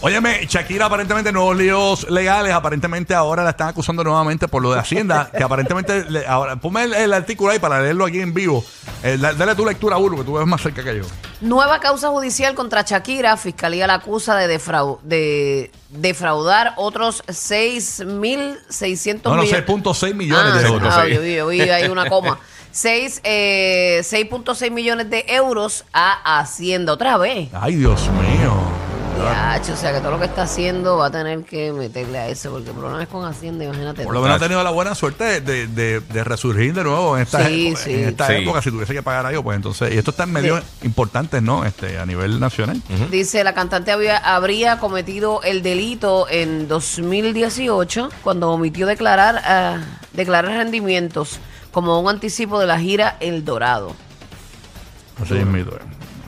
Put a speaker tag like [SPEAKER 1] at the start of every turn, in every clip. [SPEAKER 1] Óyeme, Shakira aparentemente nuevos líos legales, aparentemente ahora la están acusando nuevamente por lo de Hacienda, que aparentemente, le- ahora, ponme el, el artículo ahí para leerlo aquí en vivo. Eh, da- dale tu lectura, Burbu, que tú ves más cerca que yo.
[SPEAKER 2] Nueva causa judicial contra Shakira. Fiscalía la acusa de, defrau- de defraudar otros 6.600
[SPEAKER 1] No, no,
[SPEAKER 2] millones.
[SPEAKER 1] 6.6 millones de
[SPEAKER 2] Ah,
[SPEAKER 1] euros.
[SPEAKER 2] ah, yo vi, yo vi ahí una coma. Seis, eh, 6.6 millones de euros a Hacienda otra vez.
[SPEAKER 1] Ay, Dios mío.
[SPEAKER 2] Yacho, o sea que todo lo que está haciendo va a tener que meterle a eso, porque el problema es con Hacienda, imagínate.
[SPEAKER 1] Por lo menos ha tenido la buena suerte de, de- de resurgir de nuevo en esta,
[SPEAKER 2] Sí,
[SPEAKER 1] época,
[SPEAKER 2] sí.
[SPEAKER 1] En esta
[SPEAKER 3] Sí.
[SPEAKER 1] época, si tuviese que pagar algo, pues entonces, y esto está en medios importantes, ¿no? Este, a nivel nacional.
[SPEAKER 2] Dice, la cantante había, habría cometido el delito en 2018 cuando omitió declarar, ah, declarar rendimientos como un anticipo de la gira El Dorado.
[SPEAKER 1] Así es, mito.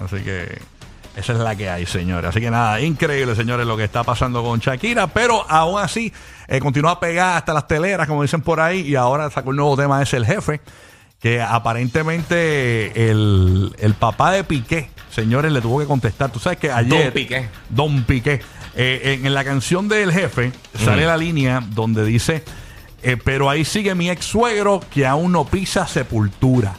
[SPEAKER 1] Así que esa es la que hay, señores. Así que nada, increíble, señores, lo que está pasando con Shakira. Pero aún así, eh, continúa pegada hasta las teleras, como dicen por ahí. Y ahora sacó el nuevo tema, es El Jefe. Que aparentemente el, el papá de Piqué, señores, le tuvo que contestar. Tú sabes que ayer.
[SPEAKER 3] Don Piqué.
[SPEAKER 1] Don Piqué. Eh, en, en la canción del jefe sale la línea donde dice: eh, Pero ahí sigue mi ex suegro que aún no pisa sepultura.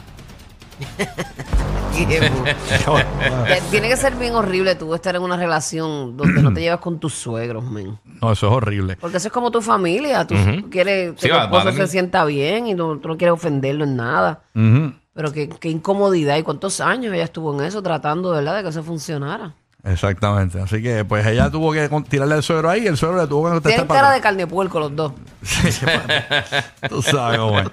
[SPEAKER 2] Eh, Tiene que ser bien horrible tú estar en una relación donde no te llevas con tus suegros, men.
[SPEAKER 1] No, eso es horrible.
[SPEAKER 2] Porque eso es como tu familia. Tú quieres que
[SPEAKER 3] Sí,
[SPEAKER 2] tu
[SPEAKER 3] va- va a
[SPEAKER 2] esposo se
[SPEAKER 3] tener-
[SPEAKER 2] sienta bien y no, tú no quieres ofenderlo en nada.
[SPEAKER 1] Ujú.
[SPEAKER 2] Pero qué, qué incomodidad y cuántos años ella estuvo en eso tratando, ¿verdad?, de que eso funcionara.
[SPEAKER 1] Exactamente. Así que, pues ella tuvo que con- tirarle al suegro ahí y el suegro le tuvo que contestar
[SPEAKER 2] Tienen cara de
[SPEAKER 1] atrás.
[SPEAKER 2] carne de puerco los dos.
[SPEAKER 1] Sí, para- Tú sabes cómo es.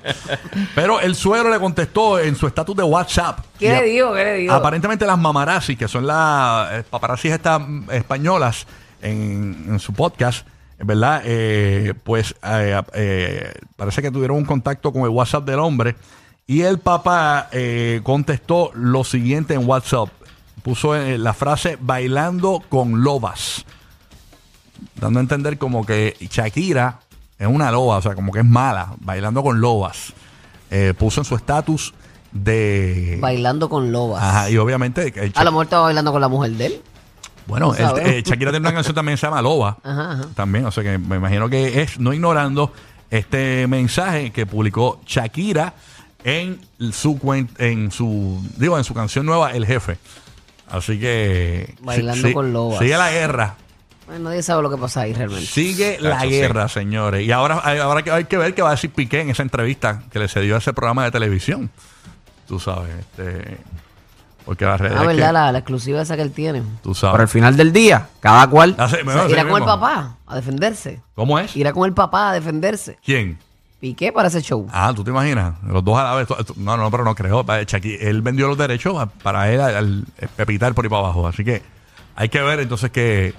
[SPEAKER 1] Pero el suegro le contestó en su estatus de WhatsApp.
[SPEAKER 2] ¿Qué
[SPEAKER 1] Y
[SPEAKER 2] le
[SPEAKER 1] a-
[SPEAKER 2] digo? ¿Qué le digo?
[SPEAKER 1] Aparentemente las mamarazzi, que son las eh, paparazzis estas mm, españolas en, en su podcast, ¿verdad? Eh, pues eh, eh, parece que tuvieron un contacto con el WhatsApp del hombre y el papá eh, contestó lo siguiente en WhatsApp. Puso eh, la frase bailando con lobas, dando a entender como que Shakira es una loba, o sea, como que es mala, bailando con lobas. Eh, puso en su estatus de...
[SPEAKER 2] Bailando con lobas.
[SPEAKER 1] Ajá, y obviamente. eh, Sha-
[SPEAKER 2] A lo mejor estaba bailando con la mujer de él.
[SPEAKER 1] bueno,
[SPEAKER 2] no
[SPEAKER 1] el-
[SPEAKER 2] sabemos.
[SPEAKER 1] eh, Shakira tiene una canción también que se llama Loba.
[SPEAKER 2] Ajá, ajá.
[SPEAKER 1] También, o sea que me imagino que es no ignorando este mensaje que publicó Shakira en su cuen- en su digo en su canción nueva El Jefe. Así que
[SPEAKER 2] Bailando
[SPEAKER 1] sí-
[SPEAKER 2] con lobas.
[SPEAKER 1] Sigue la guerra.
[SPEAKER 2] Bueno, Nadie sabe lo que pasa ahí realmente.
[SPEAKER 1] Sigue la
[SPEAKER 3] Chacho, sí.
[SPEAKER 1] guerra, señores. Y ahora, ahora que hay que ver qué va a decir Piqué en esa entrevista que le se dio a ese programa de televisión. Tú sabes, este, porque la realidad
[SPEAKER 2] Ah,
[SPEAKER 1] es que-
[SPEAKER 2] ¿verdad? La, la exclusiva esa que él tiene.
[SPEAKER 1] tú
[SPEAKER 4] Por
[SPEAKER 1] sabes.
[SPEAKER 4] el final del día, cada cual.
[SPEAKER 1] Así-
[SPEAKER 2] O sea,
[SPEAKER 1] así
[SPEAKER 2] irá con el
[SPEAKER 1] mismo.
[SPEAKER 2] papá a defenderse.
[SPEAKER 1] ¿Cómo es?
[SPEAKER 2] Irá con el papá a defenderse.
[SPEAKER 1] ¿Quién?
[SPEAKER 2] Piqué para ese show.
[SPEAKER 1] Ah, ¿tú te imaginas? Los dos a la vez. Tú- tú- No, no, pero no creo. Pa- Shaki- él vendió los derechos a- para él al, al pepitar por ahí para abajo. Así que hay que ver entonces qué,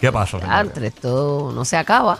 [SPEAKER 1] qué pasa. señores.
[SPEAKER 2] Antes, esto no se acaba.